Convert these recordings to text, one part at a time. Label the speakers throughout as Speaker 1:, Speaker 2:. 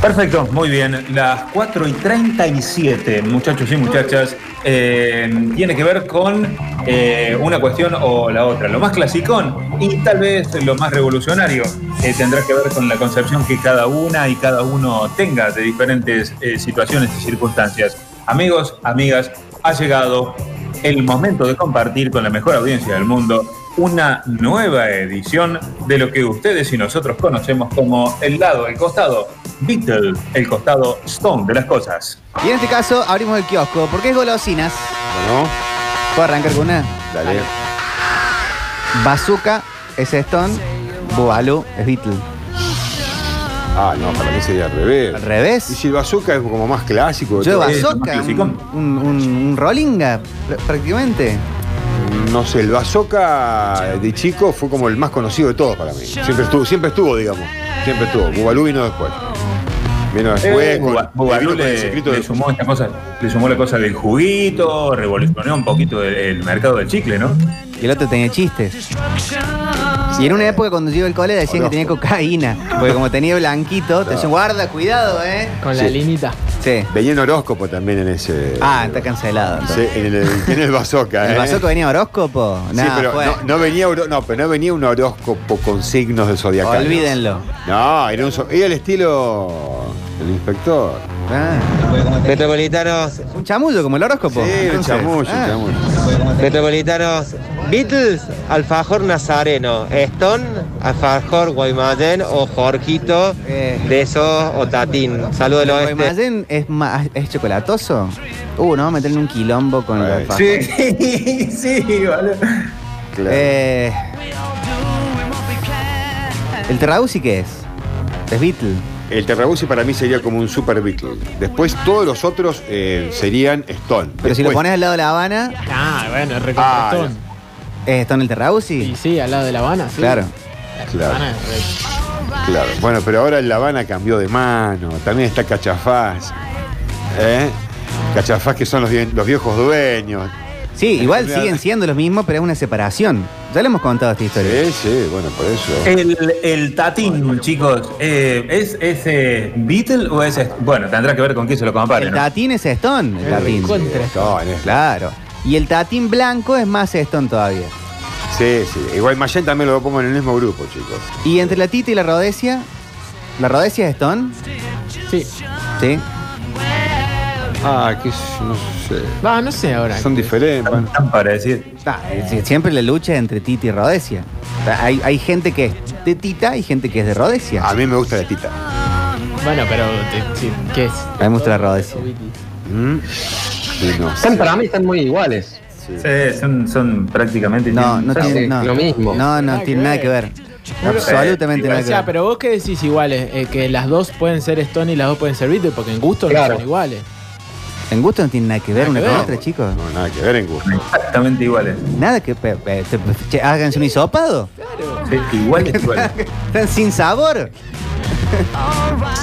Speaker 1: Perfecto, muy bien. Las 4 y 37, muchachos y muchachas, eh, tiene que ver con eh, una cuestión o la otra. Lo más clasicón y tal vez lo más revolucionario eh, tendrá que ver con la concepción que cada una y cada uno tenga de diferentes eh, situaciones y circunstancias. Amigos, amigas, ha llegado el momento de compartir con la mejor audiencia del mundo una nueva edición de lo que ustedes y nosotros conocemos como el lado, el costado Beatle, el costado Stone de las cosas.
Speaker 2: Y en este caso abrimos el kiosco porque es golosinas.
Speaker 3: Bueno,
Speaker 2: ¿Puedo arrancar con una?
Speaker 3: dale.
Speaker 2: Bazooka es Stone, Bubalú es Beatle.
Speaker 3: Ah, no, para mí sería al
Speaker 2: Al
Speaker 3: revés. Y
Speaker 2: revés.
Speaker 3: si el bazooka es como más clásico.
Speaker 2: Yo de
Speaker 3: todo.
Speaker 1: es lo más
Speaker 2: bazooka, un,
Speaker 1: clasicón.
Speaker 2: un, un- un rollinga pr- prácticamente.
Speaker 3: No sé, el bazooka de chico fue como el más conocido de todos para mí. Siempre estuvo, siempre estuvo, digamos. Siempre estuvo. Bubalú vino después. Vino
Speaker 2: Eh,
Speaker 3: después. con-
Speaker 1: Eh, Buba-
Speaker 3: vino
Speaker 1: Bubalú
Speaker 3: con el
Speaker 1: le,
Speaker 3: secreto
Speaker 1: le
Speaker 3: de-
Speaker 1: sumó esta cosa, le sumó la cosa del juguito, revolucionó un poquito el, el mercado del chicle, ¿no?
Speaker 2: Y el otro tenía chistes. Y en una época cuando yo iba al cole decían que tenía cocaína. Porque como tenía blanquito, te decían, guarda, cuidado, eh.
Speaker 4: Con la
Speaker 3: Sí.
Speaker 4: linita.
Speaker 2: Sí.
Speaker 3: Venía en horóscopo también en ese.
Speaker 2: Ah, está cancelado.
Speaker 3: Sí,
Speaker 2: entonces.
Speaker 3: en el, en el bazooka.
Speaker 2: ¿El
Speaker 3: ¿eh?
Speaker 2: bazooka venía horóscopo?
Speaker 3: Sí,
Speaker 2: No,
Speaker 3: pero
Speaker 2: fue-
Speaker 3: no, no venía, oro- no, pero no venía un horóscopo con signos de zodiacal.
Speaker 2: Olvídenlo.
Speaker 3: No, era, un, zo- era el estilo del inspector.
Speaker 2: Ah,
Speaker 5: Metropolitanos,
Speaker 2: un chamullo como el horóscopo.
Speaker 3: Sí, el
Speaker 2: entonces.
Speaker 3: chamuyo,
Speaker 2: Ah.
Speaker 3: el chamuyo.
Speaker 5: Metropolitanos, Beatles, Alfajor Nazareno, Stone, Alfajor Guaymallén o Jorgito,
Speaker 2: Eh.
Speaker 5: de esos o Tatín. este. Saludos del
Speaker 2: ¿El
Speaker 5: oeste.
Speaker 2: Guaymallén es, ma- es chocolatoso? Uh, no, meterle un quilombo con el
Speaker 3: Ay,
Speaker 2: alfajor.
Speaker 1: Sí, sí, vale.
Speaker 3: Claro.
Speaker 2: Eh, ¿El Terrausi qué es? Es Beatle.
Speaker 3: El Terrabusi para mí sería como un Super Beatle. Después todos los otros eh, serían Stone.
Speaker 2: Pero si lo
Speaker 3: Después-
Speaker 2: pones al lado de La Habana,
Speaker 4: Ah, bueno, el
Speaker 3: Ah,
Speaker 4: recontrastón.
Speaker 2: ¿es Stone el Terrausi?
Speaker 4: Y sí, al lado de La Habana, sí.
Speaker 2: Claro.
Speaker 4: La
Speaker 3: Claro,
Speaker 4: Habana es re-
Speaker 3: claro. Bueno, pero ahora el La Habana cambió de mano. También está Cachafaz. ¿Eh? Cachafaz que son los, vie- los viejos dueños.
Speaker 2: Sí, igual
Speaker 3: Claro.
Speaker 2: siguen siendo los mismos, pero es una separación. Ya le hemos contado esta historia.
Speaker 3: Sí, sí, bueno, por eso.
Speaker 1: El, el tatín, chicos, eh, ¿es ese Beatle o es este? Bueno, tendrá que ver con quién se lo compare,
Speaker 2: el
Speaker 1: ¿no?
Speaker 2: tatín es Stone, el
Speaker 4: Eh,
Speaker 2: tatín.
Speaker 4: con- Contra.
Speaker 3: Stone, es-
Speaker 2: Claro. Y el tatín blanco es más Stone todavía.
Speaker 3: Sí, sí. Igual Mayen también lo pongo en el mismo grupo, chicos.
Speaker 2: Y entre la Tita y la Rodesia, ¿la Rodesia es Stone?
Speaker 4: Sí.
Speaker 2: Sí.
Speaker 3: Ah, que es- no sé.
Speaker 4: Va, no sé ahora.
Speaker 3: Son diferentes.
Speaker 1: Tan,
Speaker 3: bueno.
Speaker 1: tan para decir.
Speaker 2: Ah, es- Siempre la lucha entre Tita y Rodesia. O sea, Hay, hay gente que es de Tita y gente que es de Rodesia.
Speaker 3: A mí me gusta la tita.
Speaker 4: Bueno, pero te- sí, ¿qué es?
Speaker 2: A mí me gusta la Rodesia.
Speaker 3: Mm. Sí, no sé.
Speaker 6: Están para mí, están muy iguales.
Speaker 1: Sí, son, son prácticamente.
Speaker 2: No, no
Speaker 1: son-
Speaker 2: tiene,
Speaker 6: es
Speaker 2: no,
Speaker 6: lo mismo.
Speaker 2: No, no tiene nada que ver. eh, Absolutamente
Speaker 4: O
Speaker 2: nada que
Speaker 4: sea,
Speaker 2: ver.
Speaker 4: pero vos qué decís iguales, eh, que las dos pueden ser Stone y las dos pueden ser Beatles, porque en gusto no
Speaker 6: Claro.
Speaker 4: son iguales.
Speaker 2: En gusto no tiene nada que ver una con otra, chicos.
Speaker 3: No, nada que ver en gusto.
Speaker 1: Exactamente iguales.
Speaker 2: Nada que ver. Háganse un hisopado.
Speaker 1: Sí, iguales, iguales.
Speaker 2: Están sin sabor.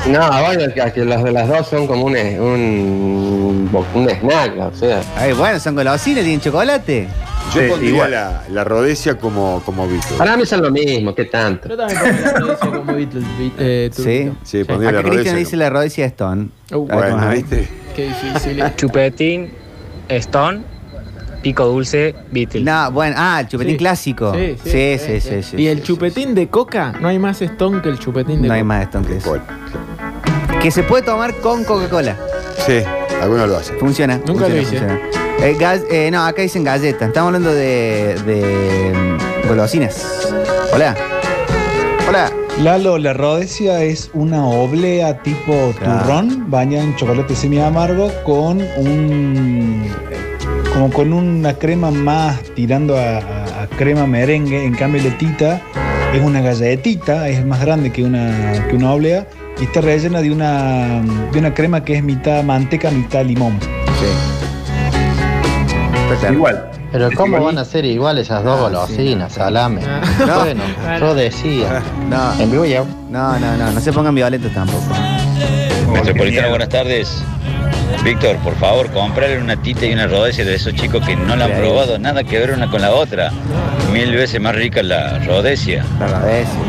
Speaker 6: No, bueno, que, que las de las dos son como un, un, un snack, o sea.
Speaker 2: Ay, bueno, son golosinas, tienen chocolate.
Speaker 3: Yo
Speaker 1: Sí,
Speaker 3: pondría
Speaker 1: igual.
Speaker 3: la, la Rodesia como, como Beatle.
Speaker 6: Para mí son lo mismo, ¿qué tanto?
Speaker 4: Yo también pongo la Rodesia como Beatles. Beat- eh, tú-
Speaker 2: Sí.
Speaker 3: Sí, pondría
Speaker 2: Acá
Speaker 3: la Rodesia.
Speaker 2: Cristian
Speaker 3: como-
Speaker 2: dice eh? la Rodesia Stone.
Speaker 4: Uh,
Speaker 2: A ver,
Speaker 3: Bueno,
Speaker 2: ajá.
Speaker 3: ¿viste?
Speaker 4: Qué difícil. es.
Speaker 7: Ah, Chupetín, Stone, Pico Dulce, Beatles.
Speaker 2: No, bueno, ah, el chupetín
Speaker 4: Sí.
Speaker 2: clásico. Sí, sí, sí, sí. sí,
Speaker 4: Y el
Speaker 2: sí,
Speaker 4: chupetín de coca, no hay más Stone que el
Speaker 2: sí.
Speaker 4: chupetín de
Speaker 2: No hay
Speaker 4: coca.
Speaker 2: más Stone que eso.
Speaker 3: Col.
Speaker 2: Que se puede tomar con Coca-Cola.
Speaker 3: Sí, algunos lo hacen.
Speaker 2: Funciona.
Speaker 4: Nunca lo
Speaker 2: funciona, funciona. Eh, gas- eh, no, acá dicen galletas. Estamos hablando de, de mm, golosinas. Hola. Hola.
Speaker 8: Lalo, la Rodesia es una oblea tipo
Speaker 2: Claro.
Speaker 8: turrón, bañada en chocolate semi amargo con un como con una crema más tirando a, a- a crema merengue. En cambio, la tita es una galletita, es más grande que una que una oblea y está rellena de una de una crema que es mitad manteca, mitad limón.
Speaker 2: Sí.
Speaker 1: Igual.
Speaker 6: Pero ¿cómo van a ser iguales esas dos golosinas, salame?
Speaker 2: No.
Speaker 6: Bueno, yo decía.
Speaker 2: No,
Speaker 6: En vivo ya.
Speaker 2: no, no, no, no se pongan violentos tampoco.
Speaker 9: Metropolitano, buenas tardes. Víctor, por favor, comprarle una tita y una rodesia de esos chicos que no la han
Speaker 2: Claro.
Speaker 9: probado, nada que ver una con la otra. Mil veces más rica la rodesia.
Speaker 2: La Rodesia.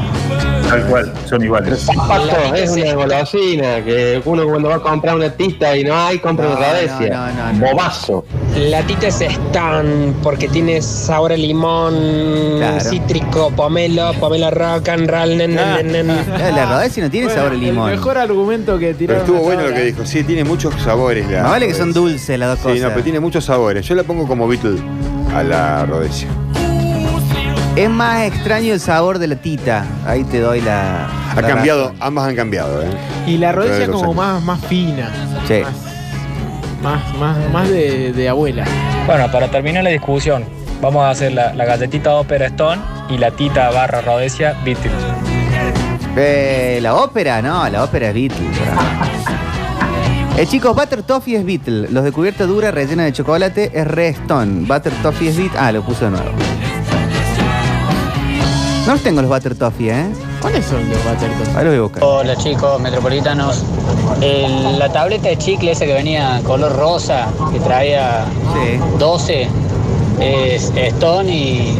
Speaker 1: Tal cual, son iguales.
Speaker 6: Zapatos, es una golosina que uno cuando va a comprar una tita y no hay, compra
Speaker 2: No,
Speaker 6: una Rhodesia.
Speaker 2: no, no, no, no.
Speaker 6: Bobazo.
Speaker 10: La tita es Stan porque tiene sabor a limón,
Speaker 2: Claro.
Speaker 10: cítrico, pomelo, pomelo rock and roll. nen, nen, nen,
Speaker 7: Ah.
Speaker 10: nen.
Speaker 2: La, la Rhodesia no tiene
Speaker 4: Bueno,
Speaker 2: sabor a limón.
Speaker 4: El mejor argumento que
Speaker 3: Pero
Speaker 4: tiraron.
Speaker 3: estuvo bueno
Speaker 4: hasta
Speaker 3: lo que
Speaker 4: ahora.
Speaker 3: dijo. Sí, tiene muchos sabores. La
Speaker 2: Más vale que son
Speaker 3: Rhodesia.
Speaker 2: dulces las dos
Speaker 3: Sí,
Speaker 2: cosas.
Speaker 3: no, pero tiene muchos sabores. Yo la pongo como Beatle a la Rhodesia.
Speaker 2: Es más extraño el sabor de la tita. Ahí te doy la.
Speaker 3: Ha
Speaker 2: la
Speaker 3: cambiado,
Speaker 2: razón.
Speaker 3: ambas han cambiado. ¿eh?
Speaker 4: Y la
Speaker 3: A través de
Speaker 4: rodilla
Speaker 3: los
Speaker 4: como
Speaker 3: años.
Speaker 4: más, más fina.
Speaker 2: Sí.
Speaker 4: Más, más, más de, de abuela.
Speaker 7: Bueno, para terminar la discusión, vamos a hacer la, la galletita ópera Stone y la tita barra Rhodesia Beatles.
Speaker 2: Eh, la ópera, no, la ópera es Beatle. Eh, chicos, Butter Toffee es Beatle. Los de cubierta dura rellena de chocolate es Redstone. Butter Toffee es Beatle. Ah, lo puse de nuevo. No los tengo los Butter Toffee, ¿eh?
Speaker 4: ¿Cuáles son los Batterton?
Speaker 2: Ahí los voy a buscar.
Speaker 10: Hola chicos, metropolitanos. El- la tableta de chicle esa que venía color rosa, que traía
Speaker 2: Sí.
Speaker 10: 12, es Stone y,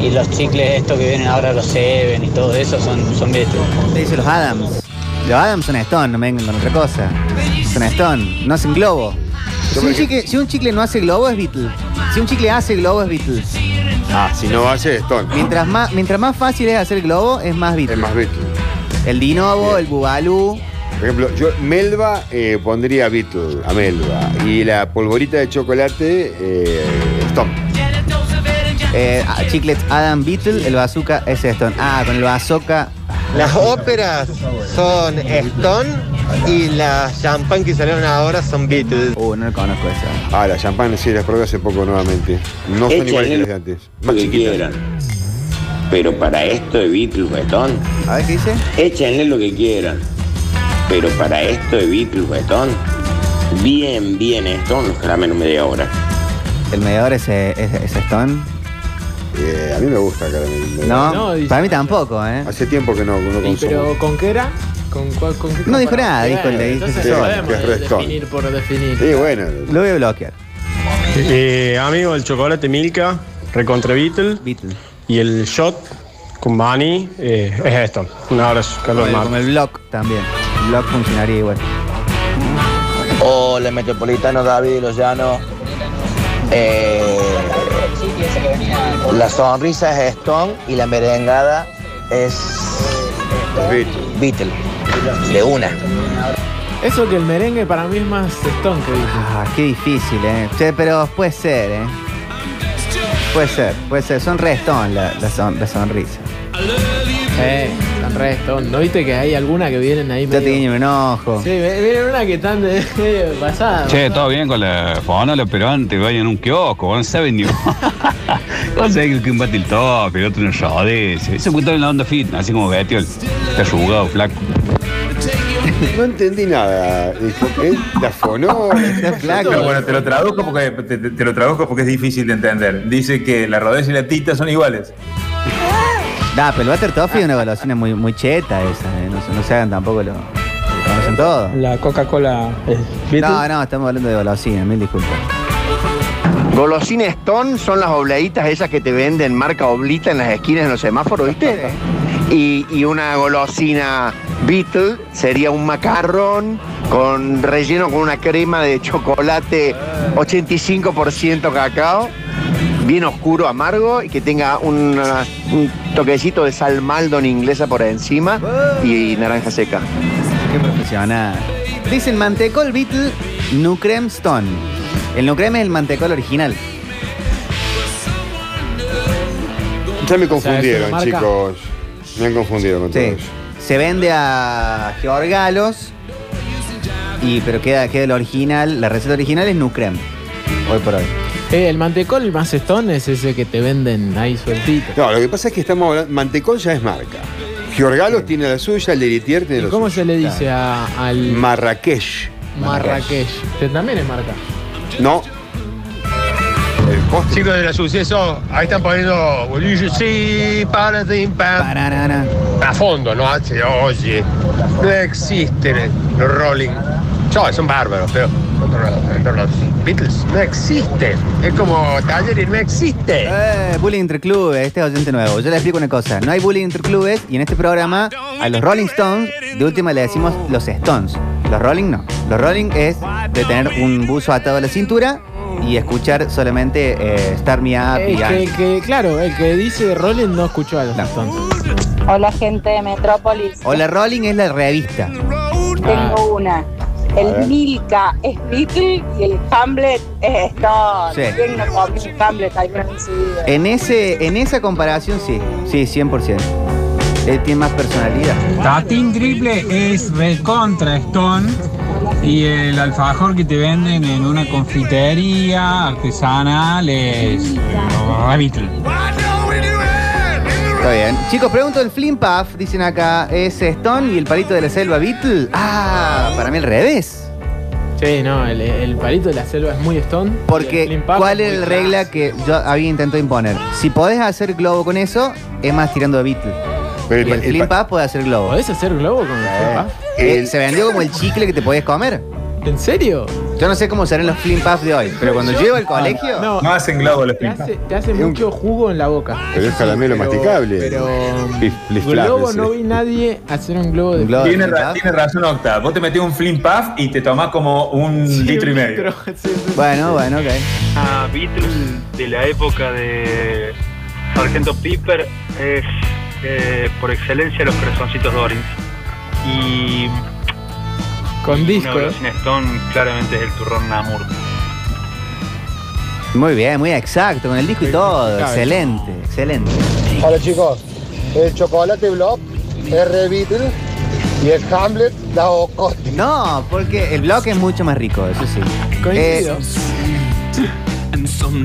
Speaker 10: y los chicles estos que vienen ahora, los Seven y todo eso, son, son Beatles.
Speaker 2: Te dice los Adams. Los Adams son Stone, no me vengan con otra cosa. Son Stone, no hacen globo. Si un, chicle, si un chicle no hace globo es Beatle. Si un chicle hace globo es Beatle.
Speaker 3: Ah, si no hace Stone.
Speaker 2: Mientras más, mientras más fácil es hacer globo, es más
Speaker 3: Es
Speaker 2: Beatle.
Speaker 3: más Beatle.
Speaker 2: El Dinobo, el Bubalú.
Speaker 3: Por ejemplo, yo Melba eh, pondría Beatle a Melba. Y la polvorita de chocolate, eh, Stone.
Speaker 2: Eh, ah, Chiclets Adam Beatle, el bazooka es Stone. Ah, con el bazooka.
Speaker 5: Las óperas son Stone y las champán que salieron ahora son Beatles.
Speaker 2: Uh, no lo conozco eso.
Speaker 3: Ah, la champán sí, las probé hace poco nuevamente. No son
Speaker 5: Echen
Speaker 3: iguales que
Speaker 4: ¿eh?
Speaker 5: el-
Speaker 3: las de antes. Más chiquitas.
Speaker 5: Pero para esto de Beatles, Betón,
Speaker 2: A ver qué dice.
Speaker 5: échenle lo que quieran. Pero para esto de Beatles, Betón, bien, bien Stone, la menos media hora.
Speaker 2: El mediador es, eh, es, es Stone.
Speaker 3: Eh, a mí me gusta caramelo.
Speaker 2: No,
Speaker 4: No, dice-
Speaker 2: para mí tampoco, ¿eh?
Speaker 3: Hace tiempo que no, no
Speaker 4: Sí,
Speaker 3: consumo.
Speaker 4: pero ¿con qué era? ¿Con, cuál- con qué
Speaker 2: No dijo
Speaker 4: comparado?
Speaker 2: nada, dijo el de-
Speaker 4: Entonces
Speaker 3: dijo
Speaker 4: no
Speaker 3: solo,
Speaker 4: podemos
Speaker 3: que es Redstone.
Speaker 4: definir por definir.
Speaker 3: Sí, bueno.
Speaker 2: Lo voy a bloquear.
Speaker 11: Eh, amigo, el chocolate Milka, recontra Beatle
Speaker 2: Beatle.
Speaker 11: y el shot con Bunny eh, es esto. Un abrazo, Carlos
Speaker 2: Como el,
Speaker 11: Martín.
Speaker 2: como el block también. El block funcionaría igual.
Speaker 5: Hola, Metropolitano David Lozano. Eh, la sonrisa es Stone y la merengada es
Speaker 3: Beatle.
Speaker 5: Beatle. De una.
Speaker 4: Eso que el merengue para mí es más Stone que Beatles.
Speaker 2: Ah, qué difícil, ¿eh? Che, pero puede ser, ¿eh? Puede ser, puede ser. Son re Stone la, la son- la sonrisa.
Speaker 4: Eh, están re Stone. ¿No viste que hay alguna que vienen ahí
Speaker 2: Yo te
Speaker 4: medio-
Speaker 2: guiño un ojo.
Speaker 4: Sí, ve- vienen una que están de, medio pasada.
Speaker 9: Che, todo bien con la fonola, pero antes vayan a un kiosco, no saben ni Vos sabés que un batil top, el otro no rodece. Eso cuesta en la onda fit, así como Betiol. Está jugado, flaco.
Speaker 3: No entendí nada. Dijo, ¿eh? La fonó.
Speaker 2: Está flaco.
Speaker 1: Pero bueno, te lo traduzco porque te, te- te lo traduzco porque es difícil de entender. Dice que la rodesia y la tita son iguales.
Speaker 2: Da, pero el Butter Toffee es una golosina muy, muy cheta esa, ¿eh? No, se- no se hagan tampoco lo. lo conocen todo.
Speaker 10: La Coca-Cola
Speaker 2: No, no, estamos hablando de golosina, mil disculpas.
Speaker 6: Golosina Stone son las obladitas esas que te venden marca oblita en las esquinas en los semáforos, ¿viste? Y, y una golosina Beetle sería un macarrón con relleno con una crema de chocolate 85% cacao, bien oscuro, amargo y que tenga una- un toquecito de sal Maldon inglesa por encima y naranja seca.
Speaker 2: Qué profesional. Dicen mantecol Beetle Nucrem Stone. El Nucrem es el mantecol original.
Speaker 3: Ya me
Speaker 4: sea, es
Speaker 3: confundieron,
Speaker 4: una marca.
Speaker 3: chicos. Me han confundido con todo
Speaker 2: Sí.
Speaker 3: eso.
Speaker 2: Se vende a Georgalos. Y, pero queda, queda el original. La receta original es Nucrem. Hoy por hoy.
Speaker 4: Eh, el mantecol más Stone es ese que te venden ahí sueltito.
Speaker 3: No, lo que pasa es que estamos hablando. Mantecón ya es marca. Giorgalos tiene la suya, el Leritier tiene
Speaker 4: ¿Y
Speaker 3: la
Speaker 4: cómo
Speaker 3: suya.
Speaker 4: se le dice a- al
Speaker 3: Mm. Marrakech.
Speaker 4: Marrakech? Que también es marca.
Speaker 3: No. El postre.
Speaker 11: Chicos de la suceso, ahí están poniendo sí, para
Speaker 6: Ah.
Speaker 2: Pararara.
Speaker 11: a fondo, no hace, oye, no existen los rolling.
Speaker 12: Yo, son bárbaros, pero contra los, contra los Beatles no existe. Es como Talleres no existe.
Speaker 2: Eh, bullying entre clubes, este es oyente nuevo. Yo le explico una cosa. No hay bullying entre clubes y en este programa a los Rolling Stones, de última le decimos los Stones. Los Rolling no. Los Rolling es de tener un buzo atado a la cintura y escuchar solamente eh, Star Me Up
Speaker 4: El
Speaker 2: y
Speaker 4: que, que- claro, el que dice Rolling no escuchó a los Stones.
Speaker 13: Hola gente de Metrópolis.
Speaker 2: Hola Rolling es la revista.
Speaker 4: Ah,
Speaker 13: Tengo una.
Speaker 2: A ver.
Speaker 13: El Milka es Beatle y el Hamlet es Stone.
Speaker 2: Sí.
Speaker 13: ¿Quién no comió un Hamlet alguna vez en su vida?
Speaker 2: En, ese, en esa comparación sí, sí, 100%. Él tiene más personalidad.
Speaker 14: Tatín Triple es recontra Stone y el alfajor que te venden en una confitería artesanal es Beatle.
Speaker 2: Está bien. Chicos, pregunto el Flim Puff, dicen acá, ¿es Stone y el palito de la selva Beatle? Ah, para mí al revés.
Speaker 4: Sí, no, el, el palito de la selva es muy Stone.
Speaker 2: Porque, ¿cuál es la regla que yo había intentado imponer? Si podés hacer globo con eso, es más tirando a Beatle.
Speaker 3: Pero
Speaker 2: el, Flim Puff puede hacer globo.
Speaker 4: ¿Podés hacer globo con el Flim Puff?
Speaker 2: Eh, se vendió como el chicle que te podés comer.
Speaker 4: ¿En serio?
Speaker 2: Yo no sé cómo serán los Flim Puff de hoy, pero cuando
Speaker 4: Yo-
Speaker 2: llego al colegio.
Speaker 4: No,
Speaker 1: No hacen globo los
Speaker 4: Te
Speaker 1: Flim Puff.
Speaker 4: hace, te hace mucho jugo en la boca.
Speaker 3: Pero es caramelo masticable.
Speaker 4: Pero.
Speaker 3: Pif, pif, flap,
Speaker 4: globo
Speaker 3: ese.
Speaker 4: no vi nadie hacer un globo de
Speaker 1: Tiene, ra- tiene razón Octa. Vos te metés un flim puff y te tomás como un litro y medio.
Speaker 2: Bueno, bueno, ok.
Speaker 15: Ah, Beatle de la época de Sargento Piper es eh, por excelencia los corazoncitos Dorins. Y.
Speaker 4: Con
Speaker 2: disco,
Speaker 15: Una
Speaker 2: ¿eh?
Speaker 15: Sin Stone claramente es el turrón Namur.
Speaker 2: Muy bien, muy exacto, con el disco y todo. Excelente, excelente.
Speaker 16: Hola chicos, el chocolate block es re Beatle y el Hamlet da Ocote.
Speaker 2: No, porque el bloque es mucho más rico, eso sí.
Speaker 16: Coincido.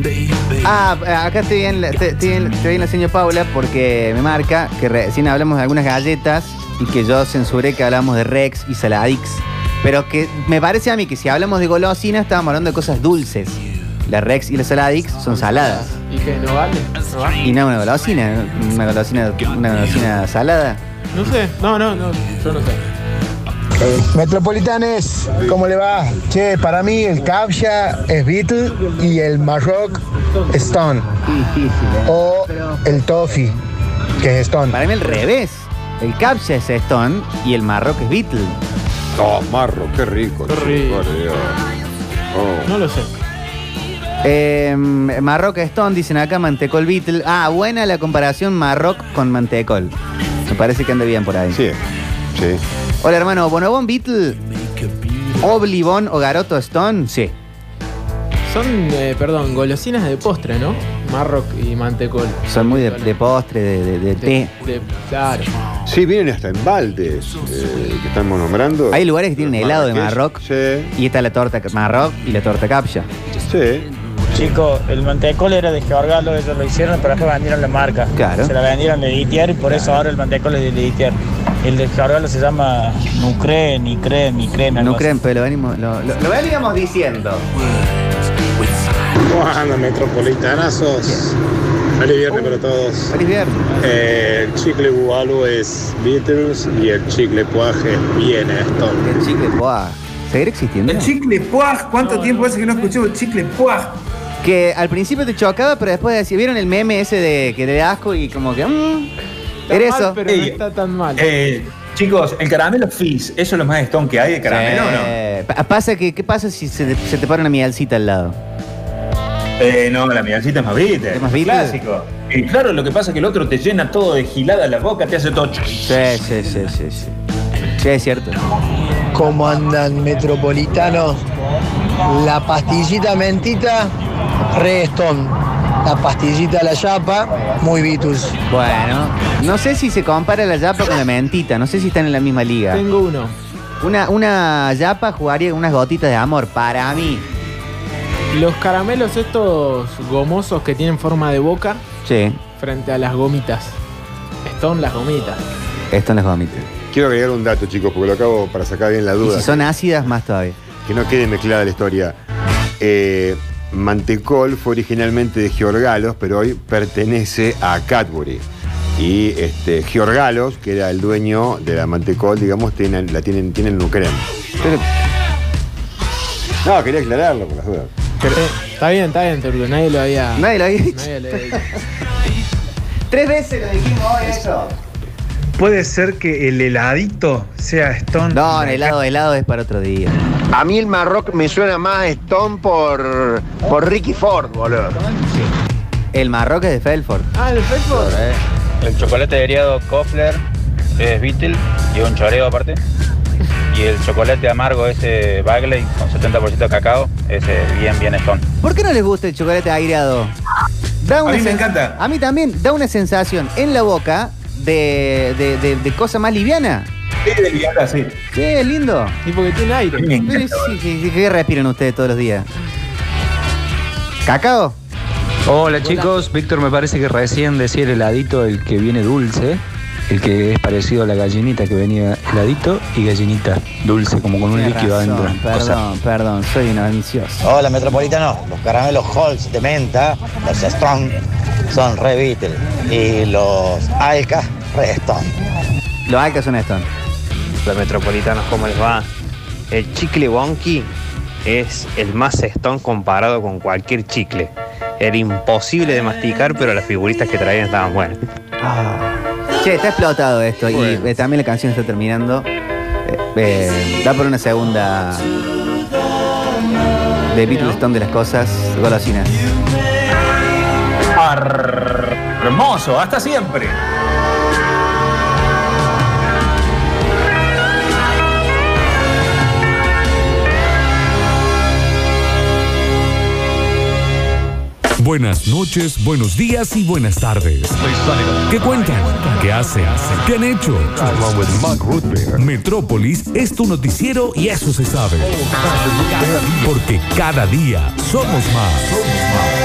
Speaker 2: Eh, ah, acá estoy bien, estoy, estoy bien- estoy bien la señora Paula porque me marca que recién hablamos de algunas galletas y que yo censuré que hablamos de Rex y Saladix. Pero que me parece a mí que si hablamos de golosinas estábamos hablando de cosas dulces. La Rex y la Saladix son saladas.
Speaker 4: Y que no vale. No, vale.
Speaker 2: Y no una golosina, una golosina, una golosina salada.
Speaker 4: no sé, no, no, no, yo no sé.
Speaker 16: Metropolitanes, ¿cómo le va? Che, para mí el Capsha es Beatle y el Marrock Stone.
Speaker 5: ¿eh?
Speaker 16: O el Toffee, que es Stone.
Speaker 2: Para mí al revés. El Capsha es Stone y el Marrock es Beatle.
Speaker 3: No, marro, qué rico. Qué rico.
Speaker 4: No lo sé.
Speaker 2: Eh, Marrock Stone, dicen acá, Mantecol Beatle. Ah, buena la comparación Marrock con Mantecol. Me parece que anda bien por ahí.
Speaker 3: Sí, sí.
Speaker 2: Hola, hermano. ¿Bonobón Beatle? ¿Oblivón o Garoto Stone? Sí.
Speaker 4: Son, eh, perdón, golosinas de postre, ¿no? Marrock y mantecol.
Speaker 2: Son muy de, de postre, de, de- de té.
Speaker 4: De- claro.
Speaker 3: Sí, vienen hasta en baldes eh, que estamos nombrando.
Speaker 2: Hay lugares que tienen helado de
Speaker 3: Marrakech,
Speaker 2: Marrock. Y está la torta Marrock y la torta Capsha.
Speaker 3: Sí.
Speaker 7: Chico, el mantecol era de Georgalo, ellos lo hicieron, pero después vendieron la marca.
Speaker 2: Claro.
Speaker 7: Se la vendieron de Ditier y por eso ahora el mantecol es de Ditier. El de Georgalo se llama Nucre, ni creen, ni creen.
Speaker 2: No creen, pero lo venimos. Lo, lo- lo veníamos diciendo.
Speaker 17: Bueno, metropolitanazos. Feliz viernes para todos. Eh,
Speaker 2: Feliz viernes.
Speaker 17: el chicle bualo es Beatles y el chicle puaje es bien Stone.
Speaker 2: El chicle puaj. ¿Seguirá existiendo?
Speaker 1: El chicle puaj. ¿Cuánto tiempo hace que no escuchamos el chicle puaj?
Speaker 2: Que al principio te chocaba, pero después decía, ¿vieron el meme ese de que te da asco y como que. mm, era
Speaker 4: mal,
Speaker 2: eso?
Speaker 4: pero no está tan mal.
Speaker 1: Eh, chicos, el caramelo fizz, ¿eso es lo más stone que hay de caramelo o no?
Speaker 2: Eh, pa- pasa que, ¿Qué pasa si se, te- se te para una mielcita al lado?
Speaker 1: Eh, no, la migancita es más bitter.
Speaker 2: ¿Es más bitter?
Speaker 1: Clásico. Y claro, lo que pasa es que el otro te llena todo de gilada la boca, te hace todo.
Speaker 2: Sí, sí, sí, sí. Sí, Sí, es cierto.
Speaker 16: ¿Cómo andan metropolitanos? La pastillita mentita, re Stone. La pastillita la chapa, muy Beatles.
Speaker 2: Bueno, no sé si se compara la yapa con la mentita, no sé si están en la misma liga.
Speaker 4: Tengo uno.
Speaker 2: Una, una yapa jugaría con unas gotitas de amor, para mí.
Speaker 4: Los caramelos estos gomosos que tienen forma de boca
Speaker 2: Sí,
Speaker 4: frente a las gomitas. Stone las gomitas.
Speaker 2: esto no es vomito.
Speaker 3: Quiero agregar un dato, chicos, porque lo acabo para sacar bien la
Speaker 2: Y
Speaker 3: duda.
Speaker 2: si son ácidas, más todavía.
Speaker 3: Que no quede mezclada la historia. Eh, Mantecol fue originalmente de Georgalos, pero hoy pertenece a Cadbury. Y este, Georgalos, que era el dueño de la Mantecol, digamos, tienen, la tienen, tienen Nucrem.
Speaker 18: No, quería aclararlo por las dudas.
Speaker 4: Eh, Está bien, está bien, Turco. Nadie lo había.
Speaker 2: Nadie lo había dicho.
Speaker 4: Nadie lo había dicho.
Speaker 2: Tres veces lo dijimos hoy eso.
Speaker 19: Puede ser que el heladito sea Stone.
Speaker 2: No, el helado, helado es para otro día.
Speaker 6: A mí el Marrock me suena más Stone por, por Ricky Ford, boludo.
Speaker 2: El marroque es de Felford.
Speaker 4: Ah, el Facebook.
Speaker 7: El chocolate de Heriado Kofler es Beetle y un choreo aparte. Y el chocolate amargo ese Bagley con 70% de cacao, ese es bien, bien Stone.
Speaker 2: ¿Por qué no les gusta el chocolate aireado? Da
Speaker 1: A mí me
Speaker 2: sen-
Speaker 1: encanta.
Speaker 2: A mí también da una sensación en la boca de, de- de- de cosa más liviana.
Speaker 1: Es de Viana, sí.
Speaker 2: Sí, es lindo.
Speaker 4: Y porque tiene aire.
Speaker 1: Me encanta,
Speaker 2: Sí, sí, sí, ¿Qué respiran ustedes todos los días? ¿Cacao?
Speaker 8: Hola chicos, Víctor me parece que recién decía el heladito el que viene dulce, el que es parecido a la gallinita que venía heladito y gallinita dulce, como con un
Speaker 2: Tenés
Speaker 8: líquido
Speaker 2: razón,
Speaker 8: adentro. Cosa.
Speaker 2: Perdón, perdón, soy un ansioso.
Speaker 5: Hola, Metropolitano. Los caramelos Halls de menta, los Strong, son re Beatle. Y los Alcas, re Stone.
Speaker 2: Los alcas son estos.
Speaker 3: Los metropolitanos, ¿cómo les va? El chicle Wonky es el más estón comparado con cualquier chicle. Era imposible de masticar, pero las figuritas que traían estaban buenas.
Speaker 2: Ah. Che, está explotado esto y eh, también la canción está terminando. Eh, eh, da por una segunda de Beatles Stone de las cosas, golosinas.
Speaker 1: Hermoso, hasta siempre.
Speaker 20: Buenas noches, buenos días y buenas tardes. ¿Qué cuentan? ¿Qué hacen? ¿Qué han hecho? Metrópolis es tu noticiero y eso se sabe. Porque cada día somos más.